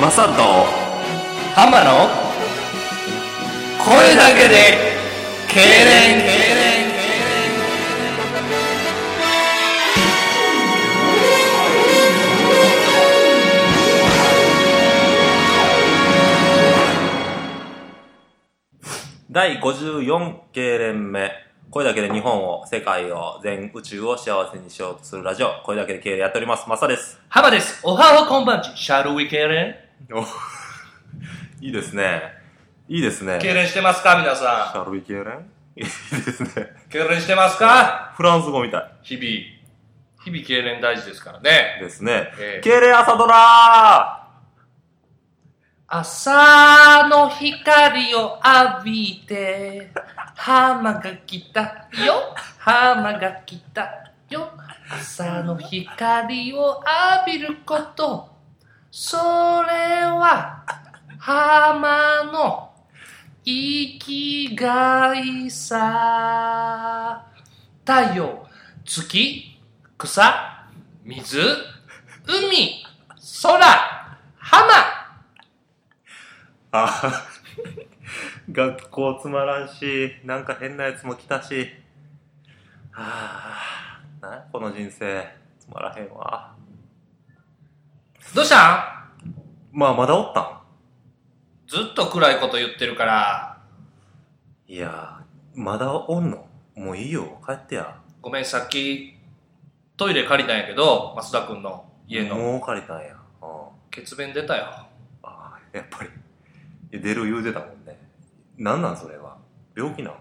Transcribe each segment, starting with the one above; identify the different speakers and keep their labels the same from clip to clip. Speaker 1: マサとハマの声だけで痙攣
Speaker 2: 第54系連目。声だけで日本を、世界を、全宇宙を幸せにしようとするラジオ。声だけで経営やっております。マサです。
Speaker 1: ハマですおははこんばんちシャルウィケレ
Speaker 2: いいですね。いいですね。
Speaker 1: ン痙攣してますか皆さ
Speaker 2: シャルビ系連いいですね。
Speaker 1: ん痙攣してますか
Speaker 2: フランス語みた
Speaker 1: 日々日々痙攣大事ですからね
Speaker 2: いですね
Speaker 1: ええ。
Speaker 2: 経営朝ドラ
Speaker 1: 朝の光を浴びて、浜が来たよ、浜が来たよ。朝の光を浴びること、それは浜の生きがいさ。太陽、月、草、水、海、空、浜。
Speaker 2: あ学校つまらんし、なんか変なやつも来たし。はぁ、な、この人生、つまらへんわ。
Speaker 1: どうしたん
Speaker 2: まあ、まだおったん
Speaker 1: ずっと暗いこと言ってるから、
Speaker 2: いやー、まだおんのもういいよ、帰ってや。
Speaker 1: ごめん、さっき、トイレ借りたんやけど、増田くんの家の。
Speaker 2: もう借りたんや。うん
Speaker 1: 血便出たよ。
Speaker 2: ああ、やっぱり。いや出る言うてたもんね。なんなんそれは。病気なん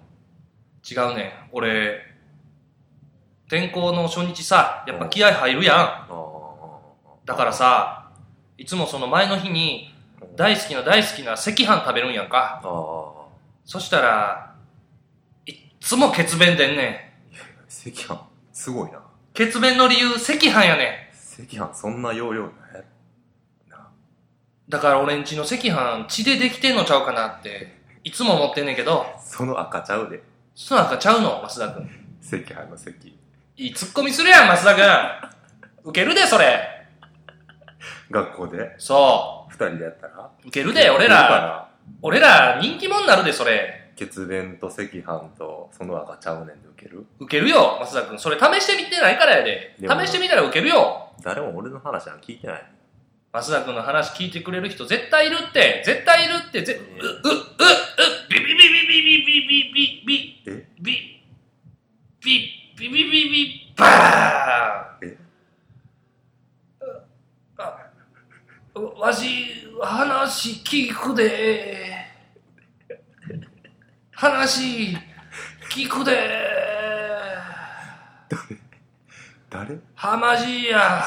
Speaker 1: 違うねん。俺、転校の初日さ、やっぱ気合入るや
Speaker 2: ああ
Speaker 1: ん。だから、さ、いつもその前の日に、大好きな大好きな赤飯食べるんやん
Speaker 2: あ
Speaker 1: か。
Speaker 2: あ。
Speaker 1: そしたら、いっつも血便出んね
Speaker 2: 赤飯、すごいな。
Speaker 1: ん。血便の理由、赤飯やね
Speaker 2: 赤飯、そんな容量ない。
Speaker 1: ん。だから俺んちの赤飯、血でできてんのちゃうかなって、いつも思ってんねんけど、
Speaker 2: その赤ちゃうで。
Speaker 1: その赤ちゃうの、増田くん。
Speaker 2: 赤飯の赤。
Speaker 1: いいツッコミするやん、増田くん。ウケるで、それ。
Speaker 2: 学校で
Speaker 1: そ
Speaker 2: 二人でやったら
Speaker 1: う。ウケるで、俺ら、俺ら人気者になるで、それ。
Speaker 2: 血便と赤飯とその赤ちゃうねんで受ける
Speaker 1: ウケるよ、増田くん。それ試してみてないからやで。
Speaker 2: でも
Speaker 1: 試してみたらウケるよ。
Speaker 2: 誰も俺の話は聞いてない。
Speaker 1: 増田くんの話聞いてくれる人絶対いるって。絶対いるって。ぜ、う、う、う、う、ビビビビビビビビビビ
Speaker 2: え
Speaker 1: ビビビビビビビバーン
Speaker 2: え
Speaker 1: あわし話聞くで話聞くで
Speaker 2: 誰
Speaker 1: はまじいや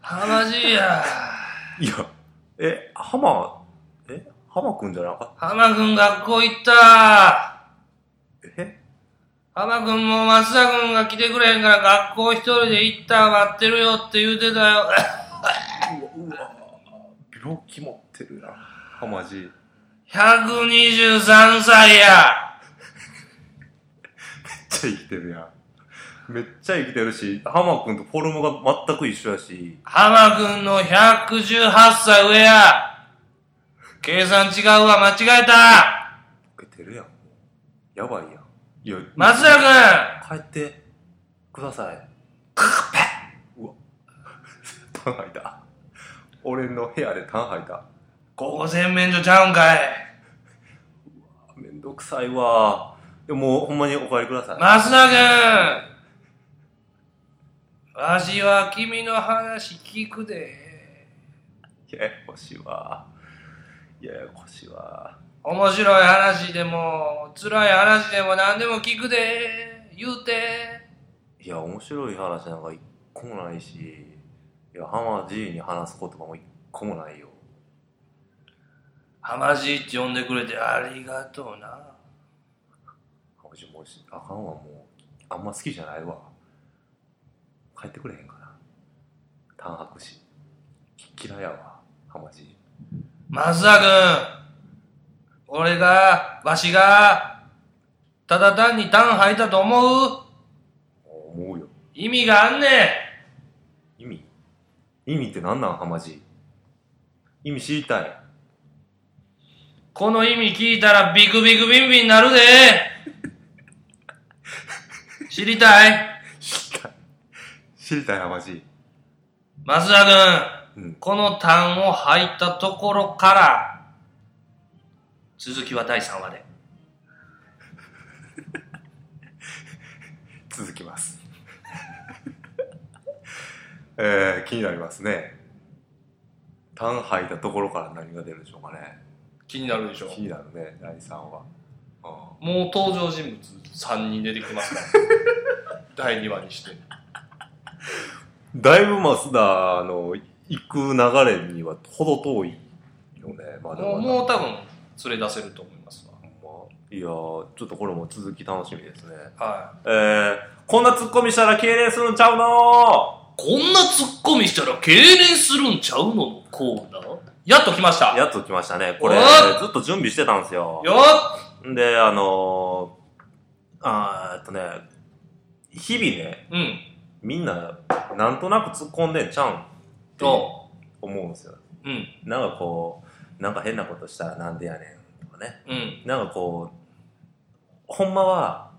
Speaker 1: はまじいや
Speaker 2: いや、え、浜、え、浜くんじゃなかっ
Speaker 1: はまくん学校行った
Speaker 2: たえ
Speaker 1: 浜くんも松田くんが来てくれへんから学校一人で行った待ってるよって言うてたよ。
Speaker 2: うわ、病気持ってるな。浜じ。
Speaker 1: 123歳や
Speaker 2: めっちゃ生きてるやん。めっちゃ生きてるし、浜くんとフォルムが全く一緒やし、
Speaker 1: 浜くんの118歳上や計算違うわ、間違えた
Speaker 2: 受けてるやん。やばいやん。いや、
Speaker 1: 松田くん
Speaker 2: 帰ってください。うわ、タン吐いた。俺の部屋でタン吐いた。
Speaker 1: ここ洗面所ちゃうんかい
Speaker 2: めんどくさいわ。でも、ほんまにお帰りください。
Speaker 1: 松田くんわしは君の話聞くで。
Speaker 2: ややこしいわ。ややこしいわ。
Speaker 1: 面白い話でも、辛い話でも何でも聞くで、言うて。
Speaker 2: いや、面白い話なんか一個もないし、いや、浜 G に話す言葉も一個もないよ。
Speaker 1: ハマジって呼んでくれてありがとうな。
Speaker 2: 浜 G もうし、あかんわ、もう、あんま好きじゃないわ。帰ってくれへんかな。タン白し。き嫌いやわ、浜 G。
Speaker 1: 松田君、俺が、わしが、ただ単にタン吐いたと思う
Speaker 2: 思うよ。
Speaker 1: 意味があんねん。
Speaker 2: 意味意味って何なんハマジ意味知りたい
Speaker 1: この意味聞いたらビクビクビンビンにな るで知りたい
Speaker 2: 知りたい知りたいハマジ
Speaker 1: 増田君
Speaker 2: うん
Speaker 1: この単を吐いたところから続きは第3話で
Speaker 2: 続きます えー、気になりますね単吐いたところから何が出るでしょうかね
Speaker 1: 気になるでしょ
Speaker 2: 気になるね第3話う
Speaker 1: もう登場人物3人出てきますから 第2話にして
Speaker 2: んだいぶ増田の行く流れには程遠いよねまだまだ
Speaker 1: もうもう多分連れ出せると思います
Speaker 2: ほんまいやーちょっとこれも続き楽しみですね
Speaker 1: わはい
Speaker 2: えー、こんなツッコミしたら敬礼するんちゃうの
Speaker 1: こんなツッコミしたら痙攣するんちゃうののコーナーやっと来ました。
Speaker 2: やっと来ましたねこれ
Speaker 1: お
Speaker 2: ずっと準備してたんですよ
Speaker 1: よ
Speaker 2: んであのー、あーえっとね日々ね
Speaker 1: っうん。
Speaker 2: みんななんとなく突っ込んでんちゃうんって思
Speaker 1: と、
Speaker 2: うんですよ
Speaker 1: うん、
Speaker 2: なんかこうなんか変なことしたらなんでやねんとかね
Speaker 1: うん、
Speaker 2: なんかこうほんまは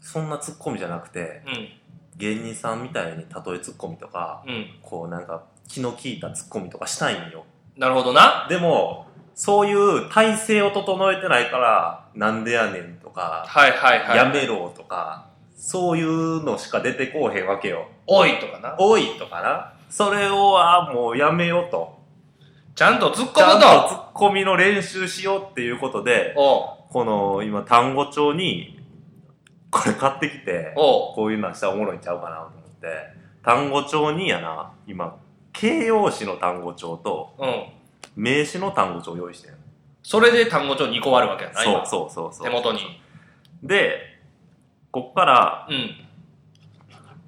Speaker 2: そんなツッコミじゃなくて
Speaker 1: うん、
Speaker 2: 芸人さんみたいに例えツッコミとか
Speaker 1: うん。
Speaker 2: こうなんか気の利いたツッコミとかしたいんよ
Speaker 1: なるほどな。
Speaker 2: でもそういう体制を整えてないからなんでやねんとか
Speaker 1: はいはいはい。
Speaker 2: やめろとかそういうのしか出てこうへんわけよ
Speaker 1: おいとかな。
Speaker 2: 多いとかなそれをあもうやめようと
Speaker 1: ちゃんと突っ
Speaker 2: ちゃん
Speaker 1: 込む
Speaker 2: と
Speaker 1: と。
Speaker 2: ツッコミの練習しようっていうことで、
Speaker 1: おう、
Speaker 2: この今単語帳に、これ買ってきて、
Speaker 1: おう、
Speaker 2: こういうのしたらおもろいんちゃうかなと思って、単語帳にやな、今、形容詞の単語帳と
Speaker 1: うん。
Speaker 2: 名詞の単語帳を用意してる。
Speaker 1: それで単語帳2個あるわけやな、
Speaker 2: そう
Speaker 1: 今。
Speaker 2: そうそうそう。
Speaker 1: 手元に。
Speaker 2: で、こっから、
Speaker 1: うん。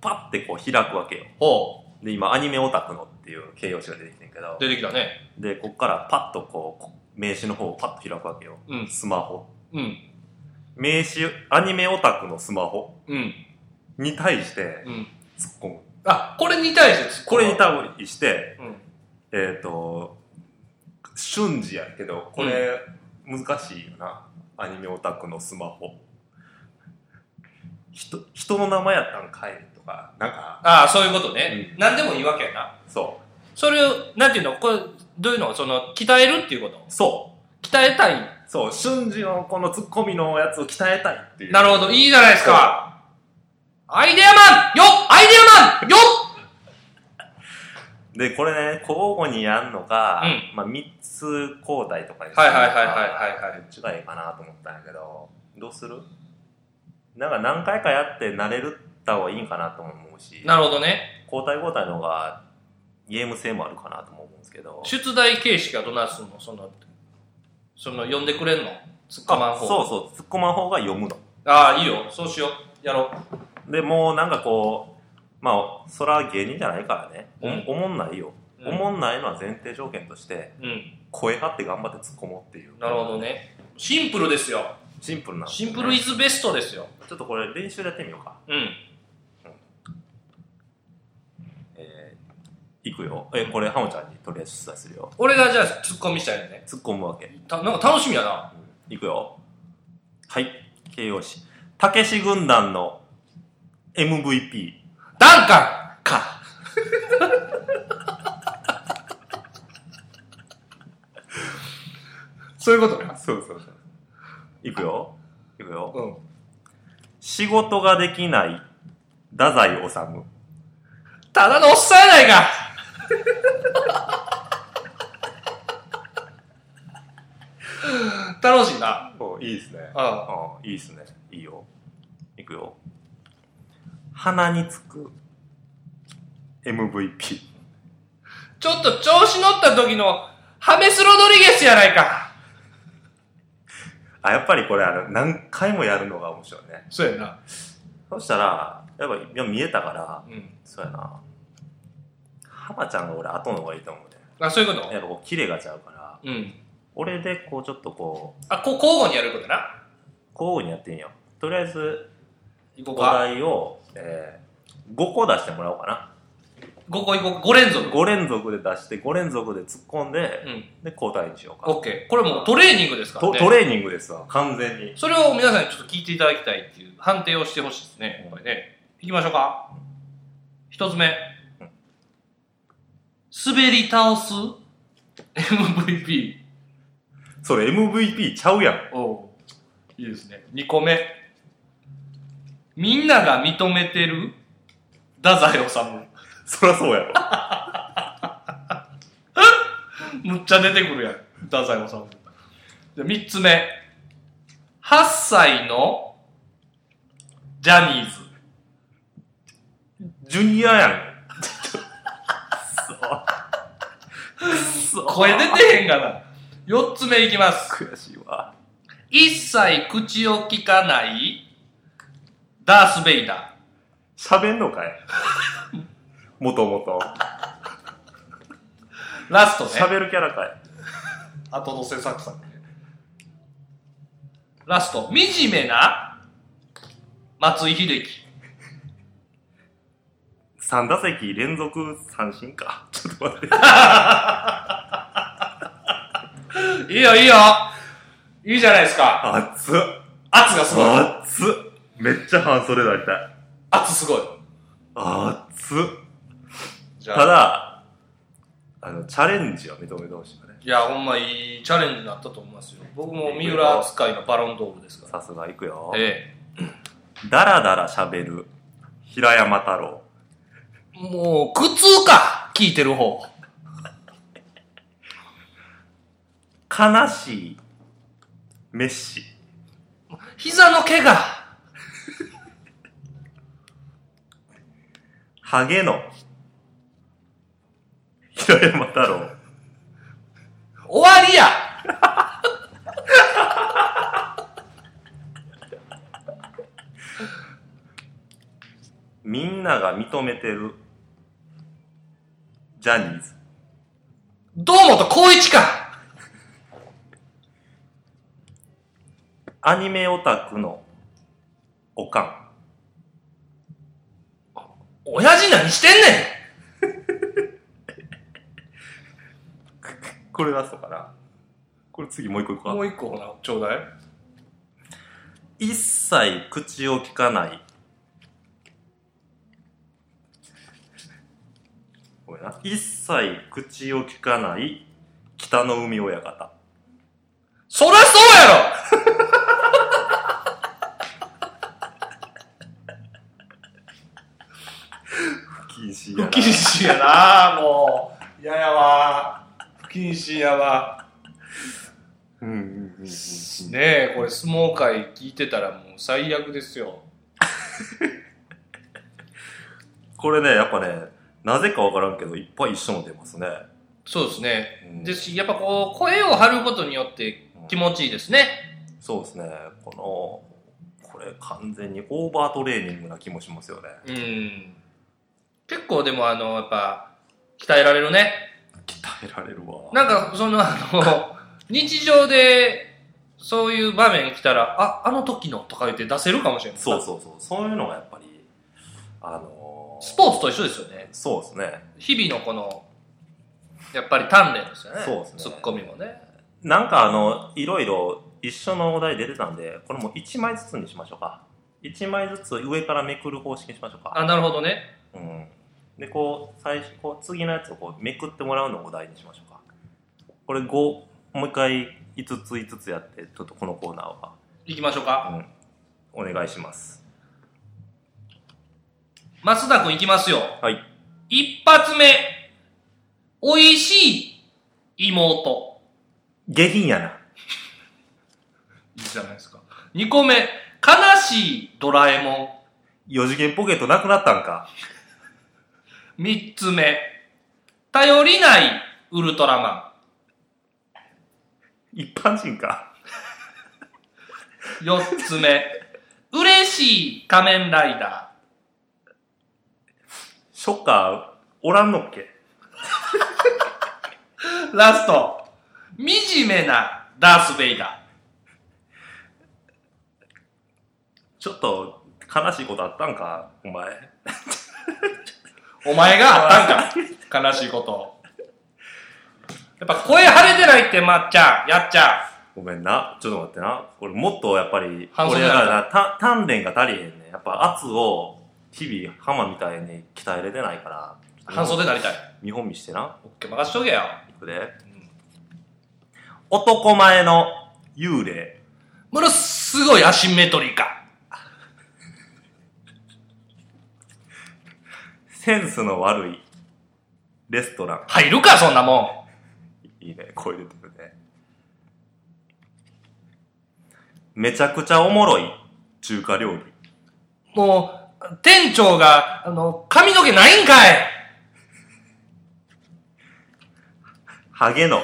Speaker 2: パッてこう開くわけよ。
Speaker 1: おう、
Speaker 2: で、今、アニメオタクのっていう形容詞が出てきてんけど、
Speaker 1: 出てきたね。
Speaker 2: で、こっからパッとこう、こ名詞の方をパッと開くわけよ。
Speaker 1: うん、
Speaker 2: スマホ。
Speaker 1: うん、
Speaker 2: 名詞、アニメオタクのスマホ
Speaker 1: うん、
Speaker 2: に対して
Speaker 1: うん。
Speaker 2: 突っ込む。
Speaker 1: あ、これに対して突っ込む。
Speaker 2: これに対して、
Speaker 1: うん。
Speaker 2: えっ、と、瞬時やけど、これ、難しいよな。アニメオタクのスマホ。人、人の名前やったんかいとか、なんか、
Speaker 1: ああ、そういうことね。何でもいいわけやな。
Speaker 2: そ
Speaker 1: それを、なんていうのこれ、どういうのその、鍛えるっていうこと
Speaker 2: う。そ
Speaker 1: 鍛えたい。
Speaker 2: う。そう。瞬時のこのツッコミのやつを鍛えたいっていう。
Speaker 1: なるほど、いいじゃないですか。アイデアマンよアイデアマンよ
Speaker 2: で、これね、交互にやんのか、
Speaker 1: う
Speaker 2: まあ、3つ交代とかに
Speaker 1: はいはいはいはいはいはい
Speaker 2: どっちがいいかなと思ったんやけど、どうするなんか何回かやって慣れるった方がいいんかなとも思うし、
Speaker 1: なるほどね。
Speaker 2: 交代交代の方がゲーム性もあるかなとも思うんですけど、
Speaker 1: 出題形式はどないすんのその、その、呼んでくれんの突っ込まん
Speaker 2: あ
Speaker 1: 方。
Speaker 2: そうそう、突っ込まん方が読むの。
Speaker 1: ああ、いいよ。そうしよう。やろ
Speaker 2: で、もうなんかこう、まあ、そら芸人じゃないからね、
Speaker 1: うん
Speaker 2: おおもんないよ。
Speaker 1: う。
Speaker 2: おもんないのは前提条件として、
Speaker 1: うん。
Speaker 2: 声張って頑張って突っ込もうっていう。
Speaker 1: なるほどね。シンプルですよ。
Speaker 2: シンプルな、
Speaker 1: シンプルイズベストですよ。
Speaker 2: ちょっとこれ練習でやってみようか。
Speaker 1: うん。
Speaker 2: えー、いくよ。え、これ、ハモちゃんにとりあえず出題するよ。
Speaker 1: 俺がじゃあ、突っ込みしたいよね。
Speaker 2: 突っ込むわけ。
Speaker 1: たなんか楽しみやな。
Speaker 2: いくよ。はい。形容詞。たけし軍団の MVP
Speaker 1: ダンカ
Speaker 2: か。
Speaker 1: ンそういうことね。
Speaker 2: そうそうそう。いくよ。いくよ。
Speaker 1: うん。
Speaker 2: 仕事ができない、太宰治。
Speaker 1: ただのおっさんやないか 楽しいな。
Speaker 2: おいいですね。
Speaker 1: うん。
Speaker 2: あいいですね。いいよ。いくよ。鼻につく MVP。
Speaker 1: ちょっと調子乗った時のハメス・ロドリゲスやないか。
Speaker 2: あ、やっぱりこれ、あの、何回もやるのが面白いね。
Speaker 1: そうやな。
Speaker 2: そしたら、やっぱいや見えたから、
Speaker 1: うん。
Speaker 2: そうやな。浜ちゃんが俺後の方がいいと思うね。
Speaker 1: あ、そういうこと
Speaker 2: やっぱこう、キレがちゃうから、
Speaker 1: うん。俺。
Speaker 2: 俺でこう、ちょっとこう、
Speaker 1: あ、こう交互にやることな。
Speaker 2: 交互にやってんよ。とりあえず、
Speaker 1: いこう
Speaker 2: お
Speaker 1: か。
Speaker 2: 題を、えー、5個出してもらおうかな。
Speaker 1: 5個いこう5連続
Speaker 2: 5連続で出して5連続で突っ込んで
Speaker 1: うん
Speaker 2: で交代にしようか
Speaker 1: オッケーこれもうトレーニングですから
Speaker 2: ト
Speaker 1: ね
Speaker 2: トレーニングですわ完全に
Speaker 1: それを皆さんにちょっと聞いていただきたいっていう判定をしてほしいですね。やっぱりね。いきましょうか。一つ目。滑り倒す MVP。
Speaker 2: それ MVP ちゃうやん
Speaker 1: おいいですね。二個目。みんなが認めてる太宰治。
Speaker 2: そりゃそうやろ
Speaker 1: むっちゃ出てくるやん。太宰治。じゃあ三つ目。8歳のジャニーズ。
Speaker 2: ジュニアやんそう
Speaker 1: 声出てへんがな。四つ目いきます。
Speaker 2: 悔しいわ
Speaker 1: 一切口を聞かないダース・ベイダ
Speaker 2: 喋んのかいもともと
Speaker 1: ー。ラストね。
Speaker 2: 喋るキャラかい
Speaker 1: 後のせサクサクね。ラスト。惨めな松井秀喜。
Speaker 2: 3打席連続三振かちょっと待って
Speaker 1: いいよ、いいよ。いいじゃないですか。
Speaker 2: 熱っ
Speaker 1: 圧がすごい。
Speaker 2: 熱っめっちゃ半袖だりたい
Speaker 1: 圧すごい。
Speaker 2: 熱っ
Speaker 1: じ
Speaker 2: た
Speaker 1: ゃあ。
Speaker 2: だあのチャレンジは認めてほしいよね
Speaker 1: いや、ほんまいいチャレンジになったと思いますよ。僕も三浦扱いのバロンドールですから。
Speaker 2: さすがいくよ
Speaker 1: え
Speaker 2: ダラダラ喋る平山太郎
Speaker 1: え。もう、苦痛か聞いてる方。
Speaker 2: 悲しいメッシ
Speaker 1: 膝の怪我。
Speaker 2: ハゲの平山太郎
Speaker 1: 終わりや
Speaker 2: みんなが認めてるジャニーズ
Speaker 1: 堂本光一か
Speaker 2: アニメオタクのおかん
Speaker 1: 親父何してんね
Speaker 2: これラストかなこれ次もう一個いこ
Speaker 1: ん
Speaker 2: う
Speaker 1: も
Speaker 2: か
Speaker 1: う一個ほな、ちょうだい。
Speaker 2: 一切口を聞かないごめんな一切口を聞かない北の海親方
Speaker 1: そらそうや
Speaker 2: 不謹慎
Speaker 1: ろ
Speaker 2: や
Speaker 1: 不謹慎やなもう。ややわ不謹慎やわ。
Speaker 2: うんうんうんうん
Speaker 1: ねえ、これ相撲界聞いてたらもう最悪ですよ。
Speaker 2: これねやっぱねなぜかわからんけどいっぱい一緒の出ますね、
Speaker 1: そうですね。
Speaker 2: うん
Speaker 1: ですし、やっぱこう、声を張ることによって気持ちいいですね。
Speaker 2: そうですねこのこれ完全にオーバートレーニングな気もしますよね
Speaker 1: うん。結構でもあの、やっぱ、鍛えられるね。
Speaker 2: 鍛えられるわ
Speaker 1: なんか、その、あ の、日常で、そういう場面来たら、あ、あの時のとか言って出せるかもしれない。
Speaker 2: そうそうそうそういうのがやっぱりあのー
Speaker 1: スポーツと一緒ですよね。
Speaker 2: そうですね
Speaker 1: 日々のこの、やっぱり鍛錬ですよね。
Speaker 2: そうですね
Speaker 1: ツッコミもね。
Speaker 2: なんかあの、いろいろ一緒のお題出てたんで、これもう1枚ずつにしましょうか。1枚ずつ上からめくる方式にしましょうか。
Speaker 1: あ、なるほどね。
Speaker 2: うん。で、こう、最初、こう、次のやつをこうめくってもらうのをお題にしましょうか。これ5、もう一回5つ5つやって、ちょっとこのコーナーは、
Speaker 1: 行きましょうか。
Speaker 2: うん、お願いします。
Speaker 1: 増田くん行きますよ。
Speaker 2: はい。
Speaker 1: 一発目。美味しい妹。
Speaker 2: 下品やな。
Speaker 1: いいじゃないですか。二個目。悲しいドラえも
Speaker 2: 4次元ポケットなくなったんか。
Speaker 1: ん。三つ目。頼りないウルトラマ
Speaker 2: 一般人か。
Speaker 1: ン。四つ目。嬉しい仮面ライダ
Speaker 2: ショッカー、おらんのっけ
Speaker 1: ー。ラスト。惨めなダース・ベイダー。
Speaker 2: ちょっと悲しいことあったんか、お前。
Speaker 1: お前があったんか。悲しいこと。やっぱ声晴れてないって、まっちゃん、やっちゃ
Speaker 2: ごめんな。ちょっと待ってな。俺もっとやっぱり、
Speaker 1: 反則
Speaker 2: 俺
Speaker 1: だ
Speaker 2: だ
Speaker 1: った
Speaker 2: からな、た鍛錬が足りへんねん。やっぱ圧を、日々、浜みたいに鍛えれてないから。
Speaker 1: ん。半袖になりたい。
Speaker 2: 見本見してな。
Speaker 1: オッケー、任しとけよ。
Speaker 2: いくで。
Speaker 1: うん
Speaker 2: 男前の幽霊。
Speaker 1: ものすごいアシンメトリーか。
Speaker 2: センスの悪い。レストラン。
Speaker 1: 入るか、そんなも
Speaker 2: いいね。声出てるね。めちゃくちゃおもろい。中華料理。
Speaker 1: ん。もう、店長が、あの、髪の毛ないんかい
Speaker 2: ハゲの。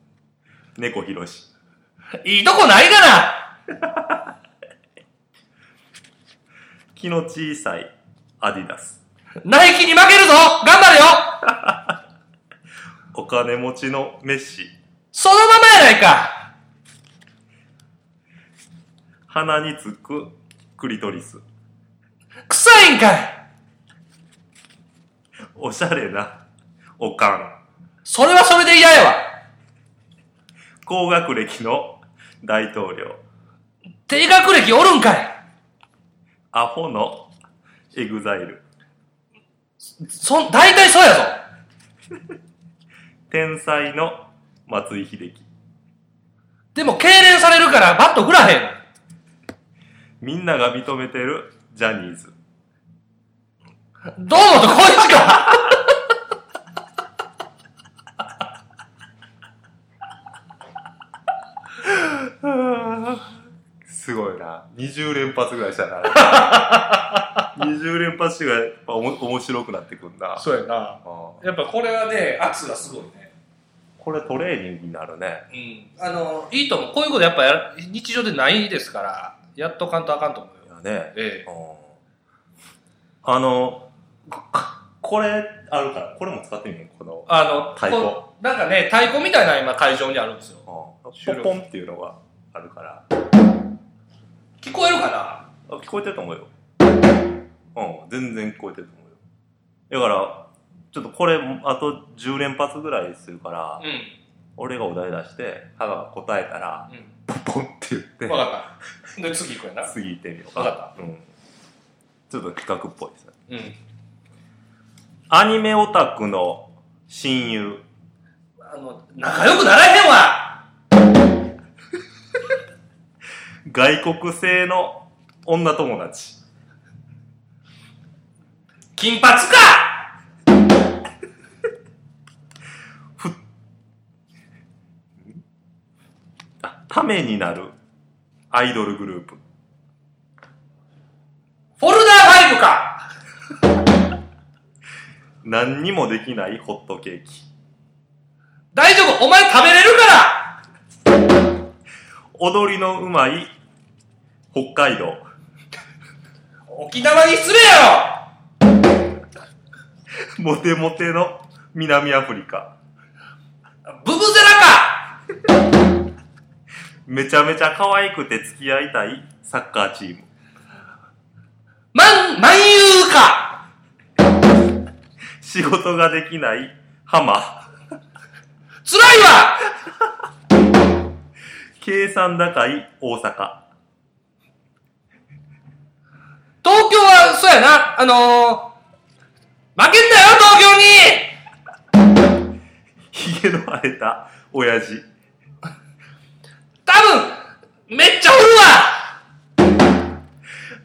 Speaker 2: 猫ひろし。
Speaker 1: いいとこないかな
Speaker 2: 気の小さい。アディダス。
Speaker 1: ナイキに負けるぞ頑張れよ
Speaker 2: お金持ちのメッシ。
Speaker 1: そのままやないか
Speaker 2: 鼻につくクリトリス。
Speaker 1: 臭いんかい
Speaker 2: おしゃれなおかん。
Speaker 1: それはそれで嫌やわ
Speaker 2: 高学歴の大統領。
Speaker 1: 低学歴おるんかい
Speaker 2: アホのエグザイル。
Speaker 1: そ、大体そうやぞ
Speaker 2: 天才の松井秀喜。
Speaker 1: でも、痙攣されるからバット振らへん。
Speaker 2: みんなが認めてるジャニーズ。
Speaker 1: どうもとこいつか
Speaker 2: すごいな。20連発ぐらいしたな。20連 発してからやっぱおも面白くなってくんな。
Speaker 1: そうやな。
Speaker 2: ああ
Speaker 1: やっぱこれはね、圧がすごいね。
Speaker 2: これトレーニングになるね。
Speaker 1: うん。あの、いいと思う。こういうことやっぱやら日常でないですから、やっとかんとあかんと思う
Speaker 2: い
Speaker 1: よ。
Speaker 2: やね。
Speaker 1: ええ。
Speaker 2: あの、ここれあるから、これも使ってみへんこの。
Speaker 1: あの、
Speaker 2: 太鼓
Speaker 1: こうなんかね、太鼓みたいなの今会場にあるんですよ。
Speaker 2: ポ
Speaker 1: 収録
Speaker 2: ポンっていうのがあるから
Speaker 1: 聞こえるかな
Speaker 2: あ聞こえてると思うようん全然聞こえてると思うよだからちょっとこれあと10連発ぐらいするから、
Speaker 1: う
Speaker 2: 俺がお題出して歯が答えたら
Speaker 1: ん。うん。
Speaker 2: ポンって言って
Speaker 1: わかった。 で、次行くやな。
Speaker 2: 次行ってみようか
Speaker 1: わか
Speaker 2: った、うん、ちょっと企画っぽいですね
Speaker 1: うん。
Speaker 2: アニメオタクの親友
Speaker 1: あの、仲良くならへんわ
Speaker 2: 外国製の女友達
Speaker 1: 金髪か
Speaker 2: あためになるアイドルグループ
Speaker 1: フォルダー5か
Speaker 2: 何にもできないホットケーキ
Speaker 1: 大丈夫お前食べれるから
Speaker 2: 踊りのうまい北海道
Speaker 1: 沖縄に失礼や
Speaker 2: モテモテの南アフリカ
Speaker 1: ろブブゼラか
Speaker 2: めちゃめちゃ可愛くて付き合いたいサッカーチーム
Speaker 1: まん、万有か
Speaker 2: 仕事ができないハマ
Speaker 1: 辛いわ
Speaker 2: 計算高い大阪
Speaker 1: 東京は、そうやな、あのー、負けんなよ東京に
Speaker 2: ひげの生えた親父
Speaker 1: 多分、めっちゃおる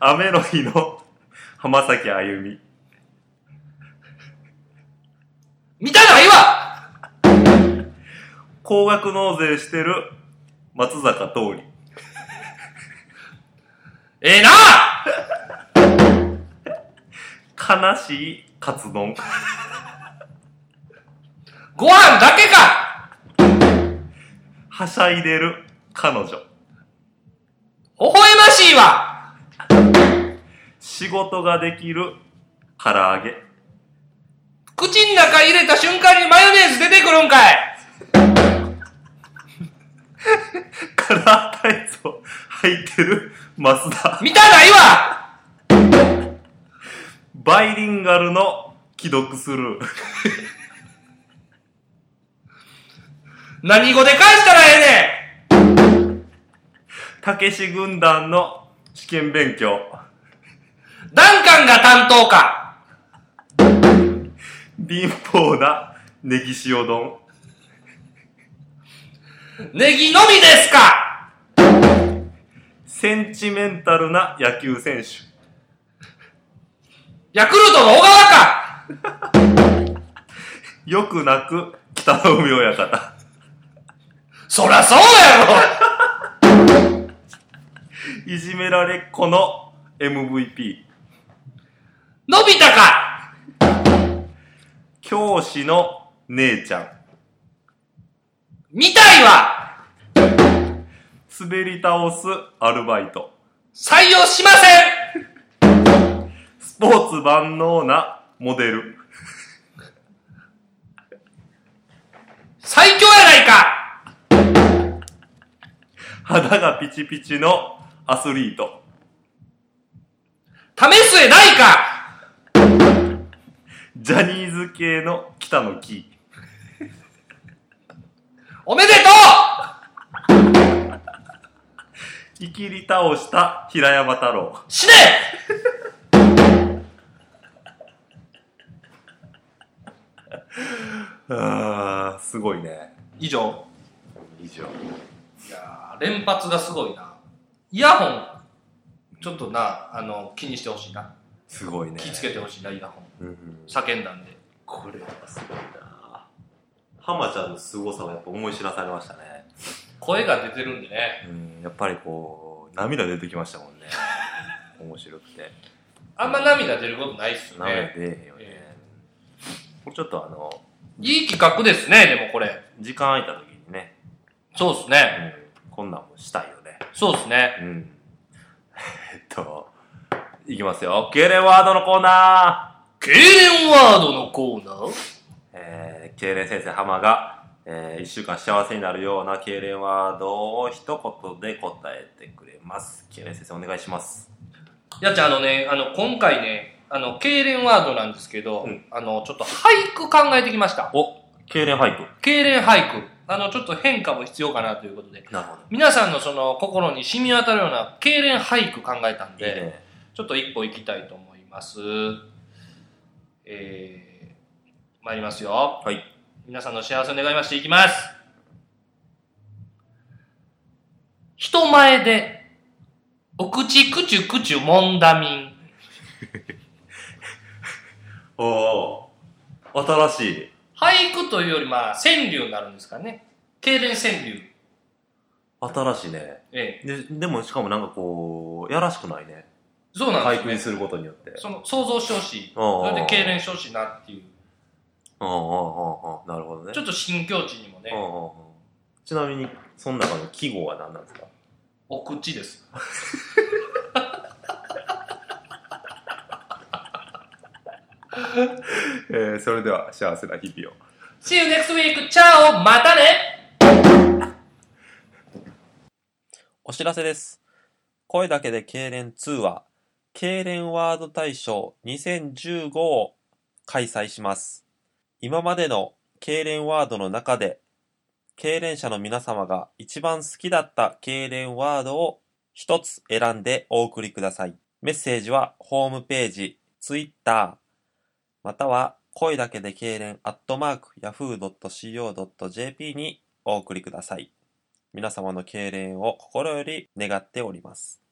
Speaker 1: わ
Speaker 2: 雨の日の浜崎あゆみ
Speaker 1: 見たないわ
Speaker 2: 高額納税してる松坂桃李
Speaker 1: ええな
Speaker 2: 悲しいカツ丼
Speaker 1: ご飯だけか
Speaker 2: はしゃいでる彼女
Speaker 1: 微笑ましいわ
Speaker 2: 仕事ができる唐揚げ
Speaker 1: 口ん中入れた瞬間にマヨネーズ出てくるんかい
Speaker 2: カラータイツを履いてるマスダ。
Speaker 1: 見たないわ
Speaker 2: バイリンガルの既読する。
Speaker 1: 何語で返したらええねん
Speaker 2: たけし軍団の試験勉強。
Speaker 1: ダンカンが担当か
Speaker 2: 貧乏なネギ塩丼。
Speaker 1: ネギのみですか
Speaker 2: センチメンタルな野球選手。
Speaker 1: ヤクルトの小川か
Speaker 2: よく泣く北の海親方。
Speaker 1: そらそうやろ
Speaker 2: いじめられっ子の MVP。
Speaker 1: のび太か
Speaker 2: 教師の姉ちゃん。
Speaker 1: みたいは
Speaker 2: 滑り倒すアルバイト。
Speaker 1: 採用しません
Speaker 2: スポーツ万能なモデル。
Speaker 1: 最強やないか
Speaker 2: 肌がピチピチのアスリート。
Speaker 1: 試すえないか
Speaker 2: ジャニーズ系の北の木。
Speaker 1: おめでと
Speaker 2: いきり倒した平山太郎。
Speaker 1: う死ね
Speaker 2: あー、すごいね。
Speaker 1: 以上。
Speaker 2: 以上。
Speaker 1: いやー連発がすごいな。イヤホン、ちょっとな、あの、気にしてほしいな。
Speaker 2: すごいね。
Speaker 1: 気つけてほしいな、イヤホン。
Speaker 2: うん、
Speaker 1: 叫んだんで。
Speaker 2: これはすごいな浜ちゃんの凄さをやっぱ思い知らされましたね。
Speaker 1: 声が出てるんでね。
Speaker 2: うん、やっぱりこう、涙出てきましたも んね。面白くて。
Speaker 1: あんま涙出ることないっすよ
Speaker 2: 涙
Speaker 1: ね。
Speaker 2: 出えへんよね。これちょっとあの、
Speaker 1: いい企画ですね、でもこれ。
Speaker 2: 時間空いた時にね、
Speaker 1: そうっすね。
Speaker 2: うん、こんなんもしたいよね。
Speaker 1: そうですね。
Speaker 2: うん。えっと、いきますよ。敬礼ワードのコーナー
Speaker 1: 経年ワードのコーナー
Speaker 2: えー、敬礼先生浜が、えー、一週間幸せになるような敬礼ワードを一言で答えてくれます。敬礼先生お願いします。
Speaker 1: やっちゃん、あのね、あの、今回ね、あの、経年ワードなんですけど、
Speaker 2: うん
Speaker 1: あの、ちょっと俳句考えてきました。
Speaker 2: お、敬礼俳句。
Speaker 1: 経年俳句。あの、ちょっと変化も必要かなということで。
Speaker 2: なるほ
Speaker 1: 皆さんのその心に染み渡るような経年俳句考えたん
Speaker 2: ど。
Speaker 1: で、
Speaker 2: いいね。
Speaker 1: ちょっと一歩行きたいと思います。えー、参りますよ。
Speaker 2: はい。
Speaker 1: 皆さんの幸せを願いましていきます。人前で、お口くちゅくちゅもんだみん。
Speaker 2: おー、新しい。
Speaker 1: 俳句というより、まあ、川柳になるんですかね。経年川柳。
Speaker 2: 新しいね。
Speaker 1: ええ。
Speaker 2: で、でもしかもなんかこう、やらしくないね。
Speaker 1: そうなんで
Speaker 2: 俳
Speaker 1: す
Speaker 2: 句
Speaker 1: ね。
Speaker 2: にすることによって。
Speaker 1: その、想像してほしい。
Speaker 2: お
Speaker 1: そ
Speaker 2: ー
Speaker 1: れで経年少子なっていう。
Speaker 2: うんうんうんうん。なるほどね。
Speaker 1: ちょっと新境地にもね、
Speaker 2: うんうんうんちなみに、その中の季語は何なんですか
Speaker 1: お口です。
Speaker 2: えー、それでは幸せな日々を。
Speaker 1: See you next week! チャオまたね
Speaker 3: お知らせです。声だけで痙攣2は、痙攣ワード大賞2015を開催します。今までの痙攣ワードの中で、痙攣者の皆様が一番好きだった痙攣ワードを一つ選んでお送りください。メッセージはホームページ、ツイッター、または声だけで痙攣アットマーク yahoo.co.jp にお送りください。皆様の敬礼を心より願っております。